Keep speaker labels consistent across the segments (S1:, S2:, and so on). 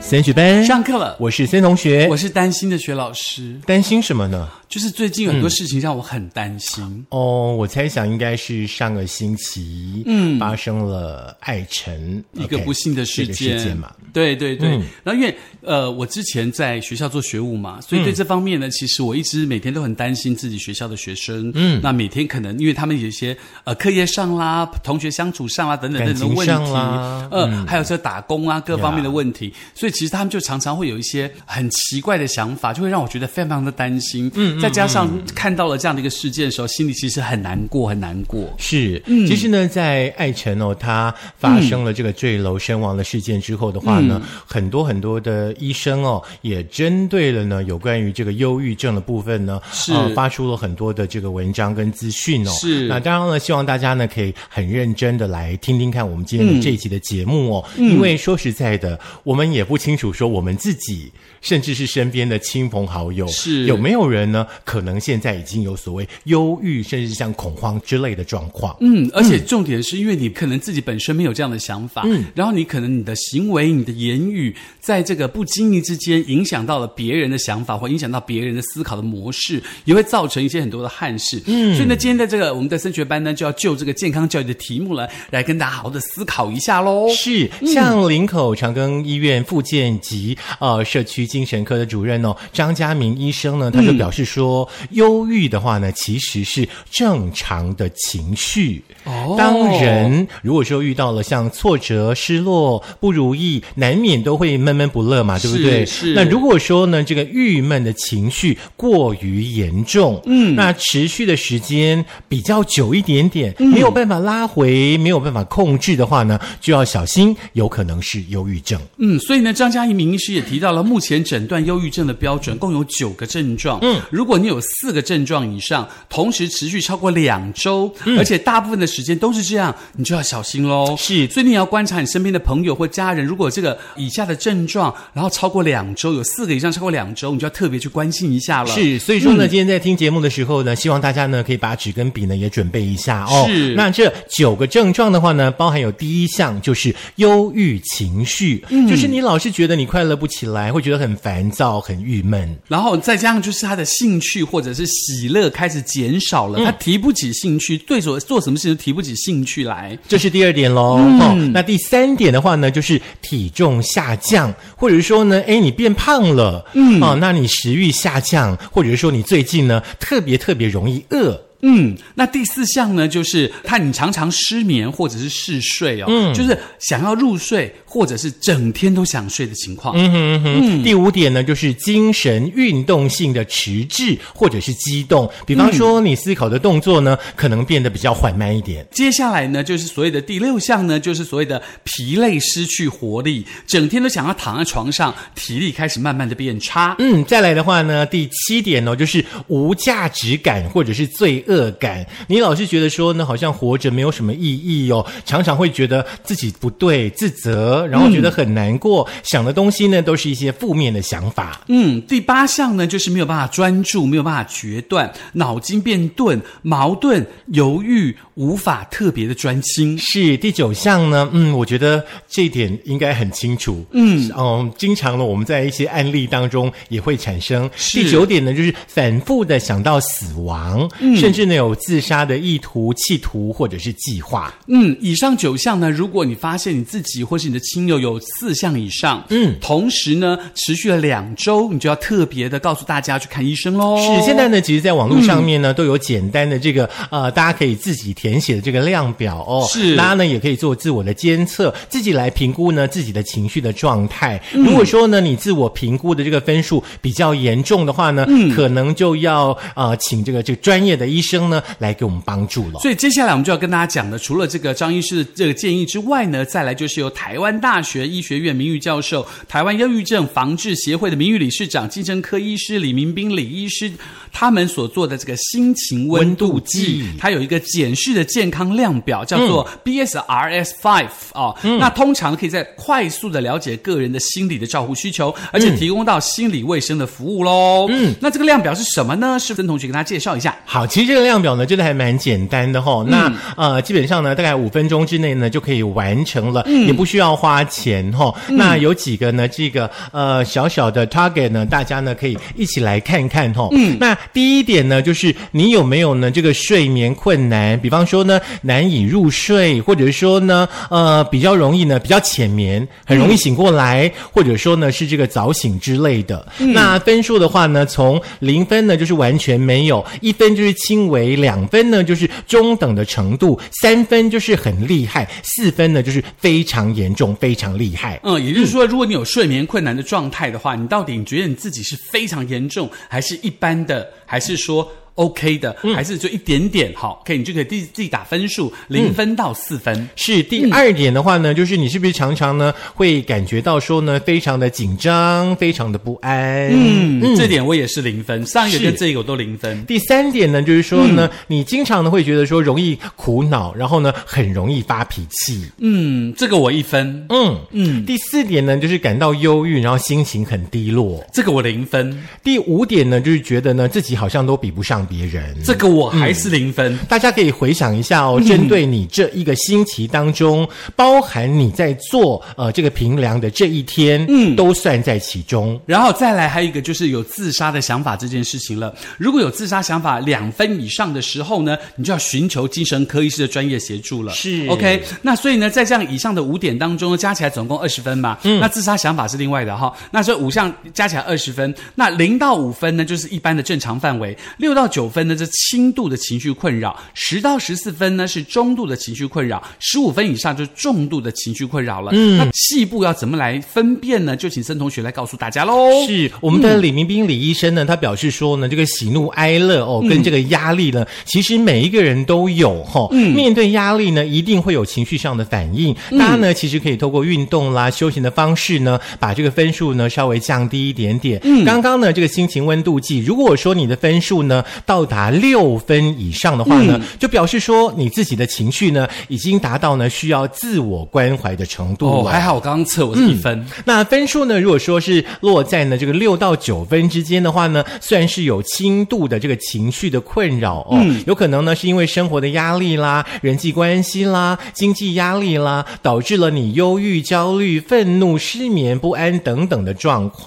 S1: 三学班
S2: 上课了
S1: 我是森同学，
S2: 我是担心的学老师，
S1: 担心什么呢？
S2: 就是最近有很多事情让我很担心。
S1: 哦，我猜想应该是上个星期，嗯，发生了爱晨
S2: 一个
S1: OK，
S2: 不幸的事
S1: 这
S2: 件，
S1: 个事件嘛，
S2: 对对对。
S1: 嗯
S2: 然后因为呃，我之前在学校做学务嘛，所
S1: 嗯
S2: 以对这方面呢，其实我一直每天都很担心自己学校的学生。嗯，那每天可能因为他们有一些呃课业上啦、同学相处上啦等等等等的问
S1: 感情上
S2: 题
S1: 啦，嗯
S2: 呃，还有这打工啊各方面的问题，所以其实他们就常常会有一些很奇怪的想法，就会让我觉得非常非常的担心。嗯，再加上看到了这样的一个事件的时候，心里其实很难过，很难过。
S1: 是，
S2: 嗯
S1: 其实呢，在爱晨哦，他发生了这个坠楼身亡的事件之后的话呢，
S2: 嗯
S1: 很多很多的医生哦，也针对了呢有关于这个忧郁症的部分呢，
S2: 是
S1: 呃发出了很多的这个文章跟资讯哦。
S2: 是
S1: 那当然了，希望大家呢可以很认真的来听听看我们今天的
S2: 嗯
S1: 这一期的节目哦，因为说实在的，我们也不清楚说我们自己，甚至是身边的亲朋好友
S2: 是
S1: 有没有。没有人呢，可能现在已经有所谓忧郁，甚至是像恐慌之类的状况。
S2: 嗯，而且重点是因为你可能自己本身没有这样的想法，嗯，然后你可能你的行为、你的言语，在这个不经意之间影响到了别人的想法，或影响到别人的思考的模式，也会造成一些很多的憾事。嗯，所以呢，今天的这个我们的升学班呢，就要就这个健康教育的题目呢，来跟大家好好的思考一下喽。
S1: 是，
S2: 嗯
S1: 像林口长庚医院复健及呃社区精神科的主任哦，张家明医生呢，他就表示说，忧郁的话呢，其实是正常的情绪。
S2: 哦
S1: 当人如果说遇到了像挫折、失落、不如意，难免都会闷闷不乐嘛，对不对？
S2: 是
S1: 那如果说呢，这个郁闷的情绪过于严重，嗯，那持续的时间比较久一点点，
S2: 嗯
S1: 没有办法拉回，没有办法控制的话呢，就要小心，有可能是忧郁症。
S2: 嗯，所以呢，张嘉怡名医师也提到了，目前诊断忧郁症的标准共有九个症状。嗯，如果你有四个症状以上，同时持续超过两周，
S1: 嗯
S2: 而且大部分的时间都是这样，你就要小心喽。
S1: 是
S2: 所以你也要观察你身边的朋友或家人，如果有这个以下的症状，然后超过两周，有四个以上超过两周，你就要特别去关心一下了。。嗯
S1: 是，所以说呢，今天在听节目的时候呢，希望大家呢可以把纸跟笔呢也准备一下哦。
S2: 是
S1: 那这九个症状的话呢，包含有第一项就是忧郁情绪，
S2: 嗯
S1: 就是你老是觉得你快乐不起来，会觉得很烦躁、很郁闷。
S2: 然后再加上就是他的兴趣或者是喜乐开始减少
S1: 嗯
S2: 了，他提不起兴趣，对所做什么事情都提不起兴趣来。
S1: 这是第二点喽。
S2: 嗯
S1: 哦，那第三点的话呢，就是体重下降，或者说呢，哎，你变胖了，嗯，哦，那你食欲下降，或者是说你最近呢特别特别容易饿。
S2: 嗯，那第四项呢，就是看你常常失眠或者是嗜睡哦，就是想要入睡或者是整天都想睡的情况。嗯，
S1: 嗯哼，第五点呢，就是精神运动性的迟滞或者是激动，比方说你思考的动作呢，可能变得比较缓慢一点。
S2: 接下来呢，就是所谓的第六项呢，就是所谓的疲累、失去活力，整天都想要躺在床上，体力开始慢慢的变差。
S1: 嗯，再来的话呢，第七点呢、哦，就是无价值感或者是罪恶感。你老是觉得说呢，好像活着没有什么意义哦，常常会觉得自己不对，自责，然后觉得很难过，想的东西呢都是一些负面的想法。
S2: 嗯，第八项呢，就是没有办法专注，没有办法决断，脑筋变钝、矛盾、犹豫，无法特别的专心。
S1: 是第九项呢，嗯，我觉得这一点应该很清楚。嗯，哦，经常呢，我们在一些案例当中也会产生。
S2: 是
S1: 第九点呢，就是反复的想到死亡，甚至呢有自杀的意图、企图或者是计划。
S2: 嗯，以上九项呢，如果你发现你自己或是你的亲友有四项以上，嗯，同时呢持续了两周，你就要特别的告诉大家去看医生喽。
S1: 是，现在呢，其实，在网络上面呢，都有简单的这个呃，大家可以自己填写的这个量表哦。
S2: 是
S1: 大家呢也可以做自我的监测，自己来评估呢自己的情绪的状态。如果说呢，你自我评估的这个分数比较严重的话呢，可能就要呃，请这个这个专业的医生呢来给我们帮助了。
S2: 所以接下来我们就要跟大家讲的，除了这个张医师的这个建议之外呢，再来就是由台湾大学医学院名誉教授、台湾忧郁症防治协会的名誉理事长、精神科医师李明斌李医师，他们所做的这个心情温度
S1: 温
S2: 计
S1: 度计，嗯
S2: 它有一个简式的健康量表，叫做 BSRS Five 哦。那通常可以在快速的了解个人的心理的照护需求，
S1: 嗯
S2: 而且提供到心理卫生的服务喽。嗯，那这个量表是什么呢？是曾同学给大家介绍一下。
S1: 好，其实这个量表呢，真的还蛮简单的哈、那、呃，基本上呢，大概五分钟之内呢就可以完成了，也不需要花钱哈、那有几个呢，这个呃小小的 target 呢，大家呢可以一起来看看哈、嗯，那第一点呢，就是你有没有呢这个睡眠困难？比方说呢难以入睡，或者说呢呃比较容易呢比较浅眠，很容易醒过来，或者说呢是这个早醒之类的。那分数的话呢，从零分呢就是完全没有，一分就是轻微，两分呢就是中等的程度，三分就是很厉害，四分呢就是非常严重，非常厉害。
S2: 嗯，也就是说，如果你有睡眠困难的状态的话，你到底你觉得你自己是非常严重，还是一般的，还是说 OK 的，
S1: 嗯
S2: 还是就一点点好？OK，你就可以自己自己打分数，零分到四分。
S1: 嗯是第二点的话呢，就是你是不是常常呢会感觉到说呢非常的紧张，非常的不安？
S2: 嗯，这点我也是零分，上一个
S1: 是
S2: 跟这一个我都零分。
S1: 第三点呢，就是说呢，你经常呢会觉得说容易苦恼，然后呢很容易发脾气。
S2: 嗯，这个我一分，
S1: 嗯嗯。第四点呢，就是感到忧郁，然后心情很低落。
S2: 这个我零分，
S1: 第五点呢，就是觉得呢自己好像都比不上别人。
S2: 这个我还
S1: 嗯
S2: 是零分。
S1: 大家可以回想一下哦，针对你这一个星期当中，包含你在做呃这个平量的这一天，嗯，都算在其中。
S2: 然后再来还有一个就是有自杀的想法这件事情了。如果有自杀想法两分以上的时候呢，你就要寻求精神科医师的专业协助了。
S1: 是
S2: ，OK。那所以呢，在这样以上的五点当中，加起来总共二十分嘛。嗯。那自杀想法是另外的哈。那这五项加起来二十分，那零到五分呢就是一般的正常范围，六到九分呢是轻度的情绪困扰，十到十四分呢是中度的情绪困扰，十五分以上就是重度的情绪困扰了。嗯。那细部要怎么来分辨呢？就请森同学来告诉大家喽。
S1: 是我们的李明斌李医生呢，他表示说呢，这个喜怒哀乐
S2: 嗯
S1: 哦，跟这个压力呢，其实每一个人都有哈、
S2: 嗯
S1: 面对压力呢，一定会有情绪上的反应。大家呢，其实可以透过运动啦、休闲的方式呢，把这个分数呢稍微降低一点点。
S2: 嗯
S1: 刚刚呢，这个心情温度计，如果说你的分数呢到达六分以上的话呢，
S2: 嗯
S1: 就表示说你自己的情绪呢已经达到呢需要自我关怀的程度
S2: 哦，
S1: 了。
S2: 还好我刚刚测我是一分。
S1: 那分数呢，如果说是落在呢这个六到九分之间的话呢，算是有轻度的这个情绪的困扰哦。有可能呢是因为生活的压力啦、人际关系啦、经济压力啦，导致了你忧郁、焦虑、愤怒、失眠、不安等等的状况。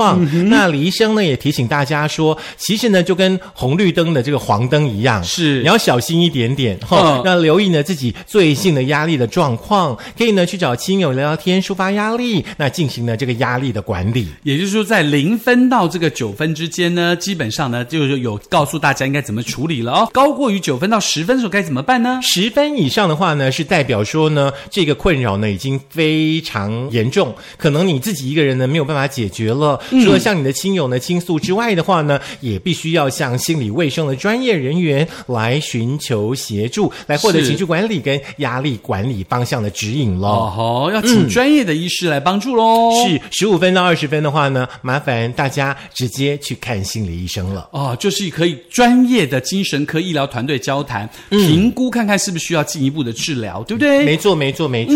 S1: 那李医生呢也提醒大家说，其实呢就跟红绿灯的这个黄灯一样，
S2: 是
S1: 你要小心一点点哈。
S2: 嗯
S1: 那留意呢自己最近的压力的状况，可以呢去找亲友聊聊天，抒发压力，那进行呢这个压力的管理。
S2: 也就是说，在零分到这个九分之间呢，基本上呢，就是有告诉大家应该怎么处理了哦。高过于九分到十分的时候该怎么办呢？
S1: 十分以上的话呢，是代表说呢，这个困扰呢已经非常严重，可能你自己一个人呢没有办法解决了。
S2: 嗯
S1: 除了向你的亲友呢倾诉之外的话呢，也必须要向心理卫生的专业人员来寻求协助，来获得
S2: 是
S1: 情绪管理跟压力管理方向的指引喽。
S2: 哦吼，要请专业的医师来帮助喽。。
S1: 是十五分到二十分的话呢，麻烦大家直接去看心理医生了。
S2: 哦，就是可以专业的精神科医疗团队交谈，评估看看是不是需要进一步的治疗，对不对？
S1: 嗯没错，没错，没错。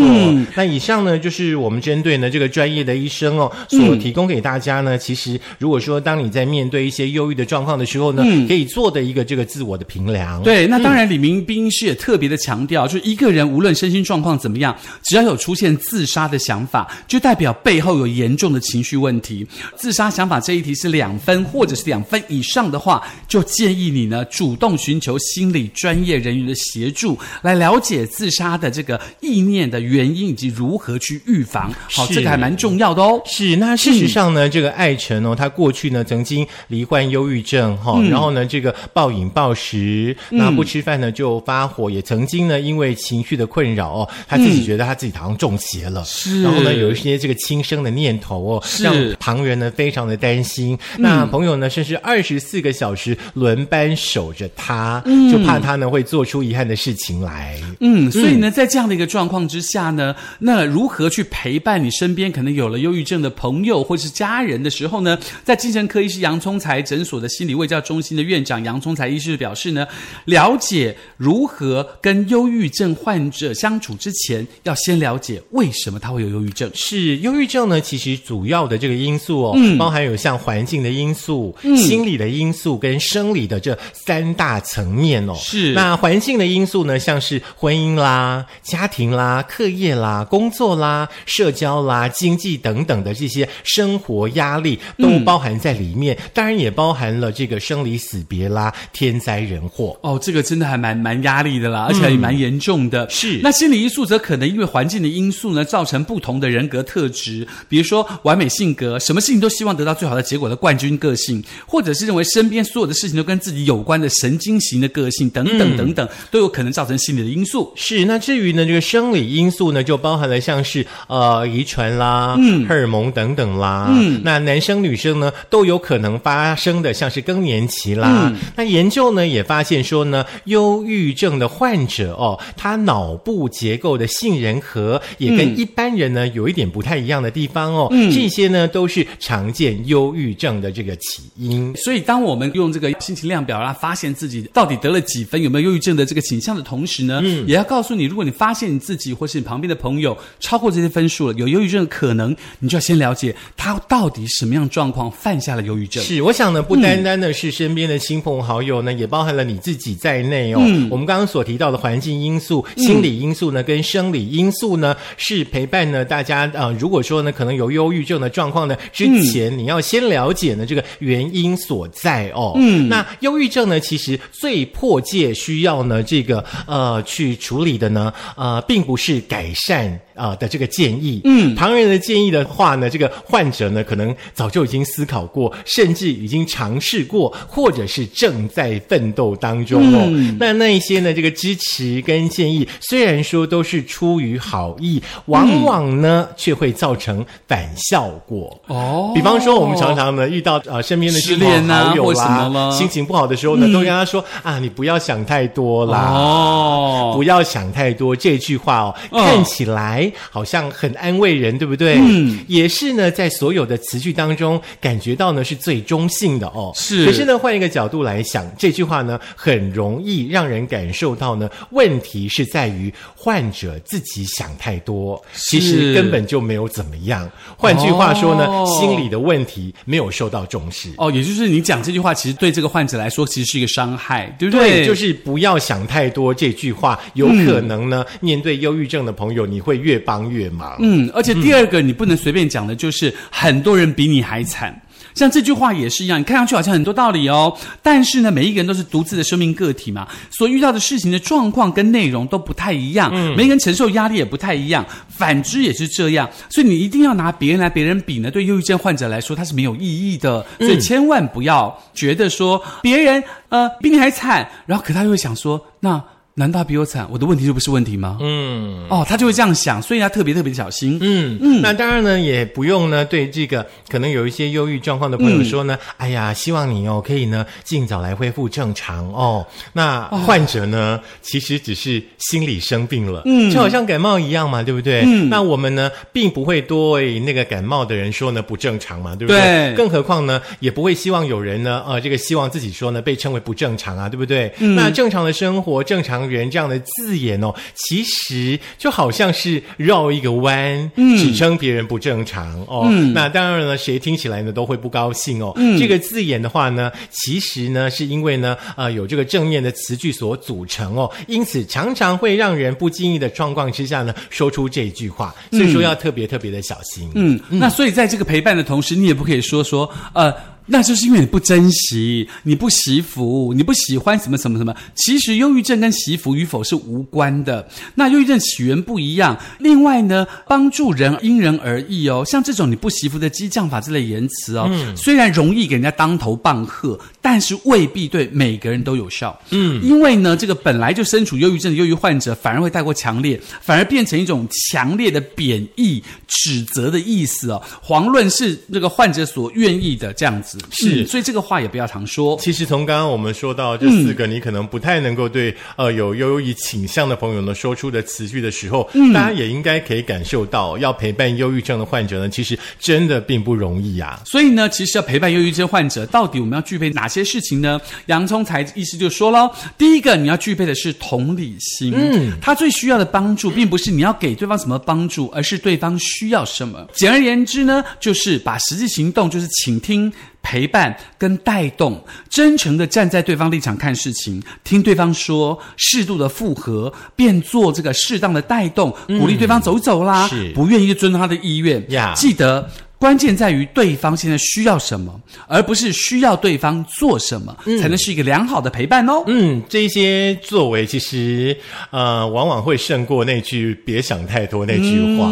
S1: 那以上呢，就是我们针对呢这个专业的医生哦，所提供给大家呢，其实如果说当你在面对一些忧郁的状况的时候呢，可以做的一个这个自我的评量。，
S2: 对，那当然，李明斌医师也特别的强调，就是一个人无论身心状况怎么样，只要有出现自杀的想法，就代表背后有严重的情绪问题。自杀想法这一题是两分或者是两分以上的话，就建议你呢主动寻求心理专业人员的协助，来了解自杀的这个意念的原因以及如何去预防。好，
S1: 是
S2: 这个还蛮重要的哦。
S1: 是。那事实上呢，这个艾辰哦，他过去呢曾经罹患忧郁症哈、
S2: 嗯
S1: 然后呢这个暴饮暴食，那不吃饭呢就发火，也曾经呢因为情绪的困扰哦，他自己觉得他自己好像中邪了，
S2: 嗯是
S1: 然后呢有一些这个轻生的念头哦，
S2: 是嗯
S1: 让旁人呢非常的担心。那朋友呢，甚至二十四个小时轮班守着他，就怕他呢会做出遗憾的事情来。
S2: 嗯，所以呢，在这样的一个状况之下呢，那如何去陪伴你身边可能有了忧郁症的朋友或是家人的时候呢？在精神科医师杨聪才诊所的心理卫教中心的院长杨聪才。聪才医师表示呢，了解如何跟忧郁症患者相处之前，要先了解为什么他会有忧郁症。
S1: 是忧郁症呢，其实主要的这个因素哦，包含有像环境的因素、心理的因素跟生理的这三大层面哦。
S2: 是
S1: 那环境的因素呢，像是婚姻啦、家庭啦、课业啦、工作啦、社交啦、经济等等的这些生活压力都包含在里面，当然也包含了这个生离死别啦、天灾人祸。
S2: 哦，这个真的还蛮蛮压力的啦，而且还蛮严重的。
S1: 是
S2: 那心理因素则可能因为环境的因素呢，造成不同的人格特质，比如说完美性格，什么事情都希望得到最好的结果的冠军个性，或者是认为身边所有的事情都跟自己有关的神经型的个性等等等等，都有可能造成心理的因素。
S1: 是，那至于呢，这个生理因素呢，就包含了像是呃遗传啦、嗯、荷尔蒙等等啦。嗯，那男生女生呢都有可能发生的，像是更年期啦。那研究呢也发现说呢，忧郁症的患者哦，他脑部结构的杏仁核也跟一般人呢、有一点不太一样的地方哦。嗯，这些呢都是常见忧郁症的这个起因。
S2: 所以，当我们用这个心情量表啦，啊发现自己到底得了几分，有没有忧郁症的这个倾向的同时呢，也要告诉你，如果你发现你自己或是你旁边的朋友超过这些分数了，有忧郁症的可能，你就要先了解他到底什么样的状况犯下了忧郁症。
S1: 是，我想呢，不单单呢是身边的亲朋好友呢，也包含了你自己在内哦。我们刚刚所提到的环境因素、心理因素呢，跟生理因素呢，是陪伴呢大家啊、呃如果说呢，可能有忧郁症的状况呢，之前、你要先了解呢这个原因所在哦。嗯，那忧郁症呢，其实最迫切需要呢这个呃去处理的呢，呃，并不是改善啊、呃的这个建议。嗯，旁人的建议的话呢，这个患者呢可能早就已经思考过，甚至已经尝试过，或者是正在奋斗当中哦。那那一些呢，这个支持跟建议虽然说都是出于好意，往往呢、却会造成反效果。
S2: 哦
S1: 比方说，我们常常呢遇到呃身边的
S2: 失
S1: 亲朋
S2: 恋啊
S1: 好友
S2: 或什
S1: 啦，
S2: 么嗯啦
S1: 心情不好的时候呢，都跟他说啊，你不要想太多啦。
S2: 哦，
S1: 不要想太多这句话哦，
S2: 嗯
S1: 看起来好像很安慰人，对不对？嗯，也是呢，在所有的词句当中，感觉到呢是最中性的哦。
S2: 是
S1: 可是呢，换一个角度来想，这句话呢，很容易让人感受到呢，问题是在于患者自己想太多，其实根本就没有怎么样。换句话说呢，
S2: 哦
S1: 心理的问题没有受到重视。
S2: 哦，也就是你讲这句话，其实对这个患者来说，其实是一个伤害，对不
S1: 对，
S2: 对？
S1: 就是不要想太多这句话，有可能呢，面对忧郁症的朋友，你会越帮越忙。
S2: 嗯，而且第二个你不能随便讲的，就是很多人比你还惨。像这句话也是一样，你看上去好像很多道理哦，但是呢，每一个人都是独自的生命个体嘛，所遇到的事情的状况跟内容都不太一样，每个人承受压力也不太一样，反之也是这样，所以你一定要拿别人来别人比呢，对忧郁症患者来说它是没有意义的，所以千万不要觉得说别人呃比你还惨，然后可他又会想说，那难道他比我惨，我的问题就不是问题吗？嗯，哦，他就会这样想，所以他特别特别小心，
S1: 嗯嗯，那当然呢，也不用呢对这个可能有一些忧郁状况的朋友说呢，哎呀，希望你哦可以呢尽早来恢复正常哦。那患者呢，其实只是心理生病了，嗯，就好像感冒一样嘛，对不对？嗯，那我们呢，并不会对那个感冒的人说呢不正常嘛，对不
S2: 对
S1: 更何况呢，也不会希望有人呢，呃，这个希望自己说呢被称为不正常啊，对不对？那正常的生活、正常人这样的字眼哦，其实就好像是绕一个弯，指称别人不正常哦。那当然了，谁听起来呢都会不高兴哦。这个字眼的话呢，其实呢是因为呢，呃，有这个正面的词句所组成哦，因此常常会让人不经意的状况之下呢说出这句话，所以说要特别特别的小心。嗯
S2: 嗯，那所以在这个陪伴的同时，你也不可以说说，呃，那就是因为你不珍惜，你不惜福，你不喜欢什么什么什么。其实忧郁症跟惜福与否是无关的。那忧郁症起源不一样，另外呢，帮助人因人而异哦。像这种你不惜福的激将法之类言辞哦，虽然容易给人家当头棒喝，但是未必对每个人都有效。嗯，因为呢，这个本来就身处忧郁症的忧郁患者，反而会太过强烈，反而变成一种强烈的贬义、指责的意思哦。遑论是这个患者所愿意的这样子，
S1: 是
S2: 嗯所以这个话也不要常说。
S1: 其实从刚刚我们说到这四个，你可能不太能够对呃有忧郁倾向的朋友呢说出的词句的时候，大家也应该可以感受到，要陪伴忧郁症的患者呢，其实真的并不容易啊。
S2: 所以呢，其实要陪伴忧郁症患者，到底我们要具备哪些些事情呢？洋葱才医师就说喽，第一个你要具备的是同理心，嗯，他最需要的帮助，并不是你要给对方什么帮助，而是对方需要什么。简而言之呢，就是把实际行动，就是倾听。陪伴跟带动，真诚的站在对方立场看事情，听对方说，适度的复合，便做这个适当的带动，鼓励对方走一走啦，
S1: 是
S2: 不愿意就尊重他的意愿。
S1: 呀
S2: 记得关键在于对方现在需要什么，而不是需要对方做什么，才能是一个良好的陪伴哦。
S1: 嗯，这些作为其实呃，往往会胜过那句“别想太多”那句话。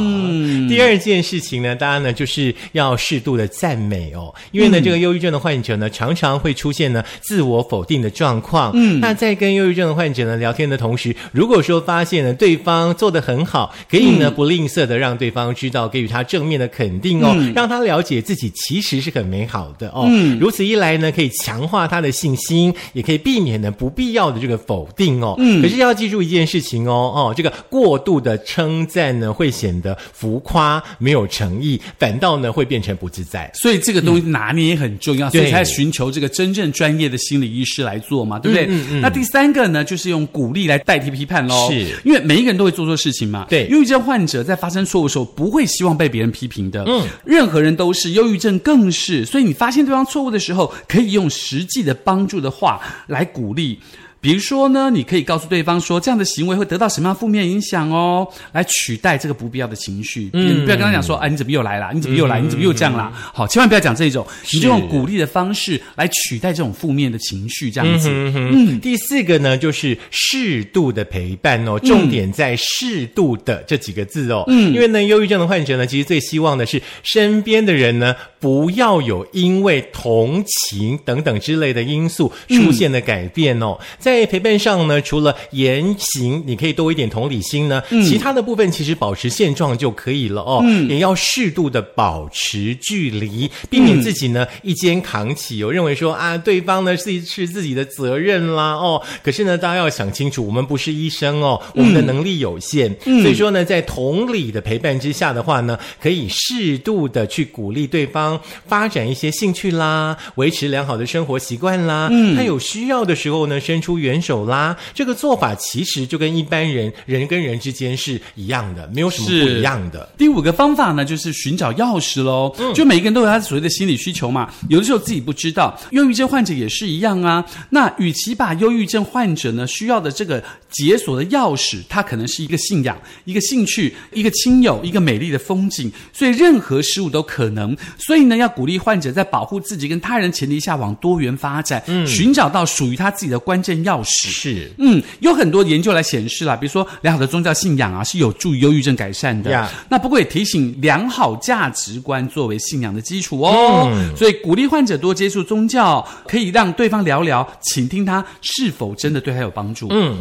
S1: 第二件事情呢，大家呢就是要适度的赞美哦，因为呢，这个忧郁症的患者呢，常常会出现呢自我否定的状况。嗯，那在跟忧郁症的患者呢聊天的同时，如果说发现呢对方做得很好，可以呢不吝啬的让对方知道，给予他正面的肯定哦，让他了解自己其实是很美好的哦。嗯，如此一来呢，可以强化他的信心，也可以避免呢不必要的这个否定哦。嗯，可是要记住一件事情哦，哦，这个过度的称赞呢，会显得浮夸、没有诚意，反倒呢会变成不自在。
S2: 所以这个东西拿捏也很重要，
S1: 嗯对
S2: 所以才寻求这个真正专业的心理医师来做嘛，对不对？
S1: 嗯
S2: 那第三个呢，就是用鼓励来代替批判喽，
S1: 是
S2: 因为每一个人都会做错事情嘛。
S1: 对
S2: 忧郁症患者在发生错误的时候，不会希望被别人批评的，
S1: 嗯，
S2: 任何人都是，忧郁症更是。所以你发现对方错误的时候，可以用实际的帮助的话来鼓励。比如说呢，你可以告诉对方说，这样的行为会得到什么样负面影响哦，来取代这个不必要的情绪。嗯，不要跟他讲说，哎，你怎么又来啦？你怎么又来？你怎么又这样
S1: 嗯
S2: 啦？好，千万不要讲这种，你就用鼓励的方式来取代这种负面的情绪，这样子。
S1: 嗯，第四个呢，就是适度的陪伴哦，重点在适度的这几个字哦。嗯，因为呢，忧郁症的患者呢，其实最希望的是身边的人呢，不要有因为同情等等之类的因素出现的改变哦。在陪伴上呢，除了言行，你可以多一点同理心呢，其他的部分其实保持现状就可以了哦。嗯，也要适度的保持距离，避免自己呢一肩扛起哦，认为说啊，对方呢是是自己的责任啦哦。可是呢，大家要想清楚，我们不是医生哦，我们的能力有限，所以说呢，在同理的陪伴之下的话呢，可以适度的去鼓励对方发展一些兴趣啦，维持良好的生活习惯啦。嗯，他有需要的时候呢，伸出援手啦。这个做法其实就跟一般人人跟人之间是一样的，没有什么不
S2: 是
S1: 一样的。
S2: 第五个方法呢，就是寻找钥匙喽。就每一个人都有他所谓的心理需求嘛，有的时候自己不知道。忧郁症患者也是一样啊。那与其把忧郁症患者呢需要的这个解锁的钥匙，它可能是一个信仰、一个兴趣、一个亲友、一个美丽的风景，所以任何事物都可能。所以呢，要鼓励患者在保护自己跟他人前提下往多元发展，寻找到属于他自己的关键钥匙。
S1: 是，
S2: 嗯，有很多研究来显示啦，比如说良好的宗教信仰啊，是有助于忧郁症改善的。
S1: Yeah
S2: 那不过也提醒，良好价值观作为信仰的基础哦。所以鼓励患者多接触宗教，可以让对方聊聊，倾听他是否真的对他有帮助。嗯，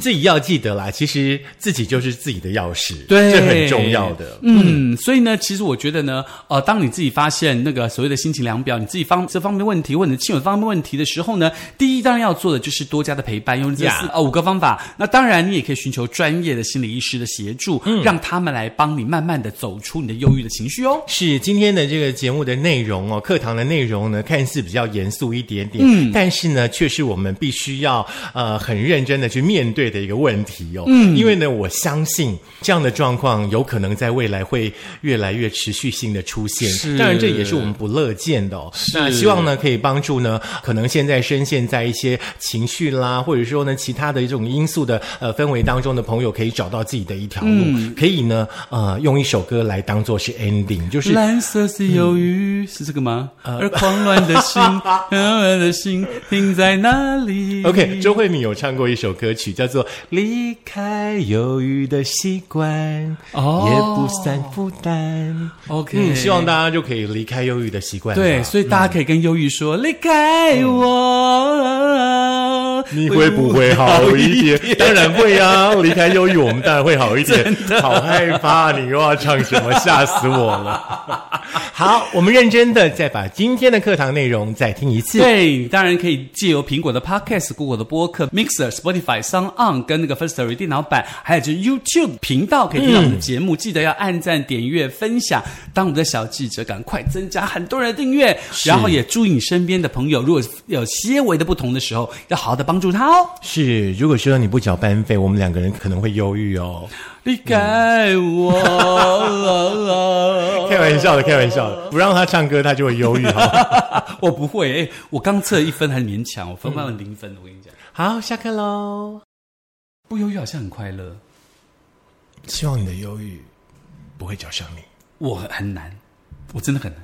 S1: 自己要记得啦，其实自己就是自己的钥匙，
S2: 对
S1: 这很重要的。
S2: 嗯，所以呢，其实我觉得呢，呃，当你自己发现那个所谓的心情量表，你自己方这方面问题，或者你亲友方面问题的时候呢，第一当然要做的就是多加的陪伴，用这四
S1: Yeah
S2: 呃五个方法。那当然，你也可以寻求专业的心理医师的协助，
S1: 嗯
S2: 让他们来帮你慢慢的走出你的忧郁的情绪哦。
S1: 是今天的这个节目的内容哦，课堂的内容呢，看似比较严肃一点点，嗯，但是呢，却是我们必须要呃很认真的去面对的一个问题哦，嗯，因为呢，我相信这样的状况有可能在未来会越来越持续性的出现，
S2: 是
S1: 当然这也是我们不乐见的哦。那希望呢，可以帮助呢，可能现在深陷在一些情绪啦，或者说呢其他的一种因素的呃氛围当中的朋友，可以找到自己的一条路，
S2: 嗯
S1: 可以呢呃用一首歌来当做是 ending，就是。嗯呃
S2: 蓝色是忧郁，是这个吗？而狂乱的心，狂乱的心停在哪里
S1: OK，周慧敏有唱过一首歌曲，叫做《离开忧郁的习惯》，
S2: 哦
S1: 也不算负担。
S2: OK，、
S1: 嗯，希望大家就可以离开忧郁的习惯吧。
S2: 对，所以大家可以跟忧郁说：“离开我，
S1: 你会不会 好一点？当然会啊！离开忧郁，我们当然会好一点。好害怕，你又要唱什么？吓死我 了！好，我们认真的再把今天的课堂内容再听一次。
S2: 对，当然可以借由苹果的 Podcast、Google 的播客、Mixer、Spotify、s o n On 跟那个 First Story 电脑版，还有就是 YouTube 频道可以听到我们的节目。记得要按赞、点阅、分享。当我们的小记者，赶快增加很多人的订阅，然后也注意你身边的朋友，如果有些微的不同的时候，要好好的帮助他哦。
S1: 是，如果说你不缴班费，我们两个人可能会忧郁哦。
S2: 离开我，
S1: 开玩笑的，开玩笑的，不让他唱歌，他就会忧郁。好不好
S2: 我不会，哎、我刚测一分还勉强，我分到零分，我跟你讲，
S1: 好，下课喽。
S2: 不忧郁好像很快乐，
S1: 希望你的忧郁不会找上你。
S2: 我很难，我真的很难。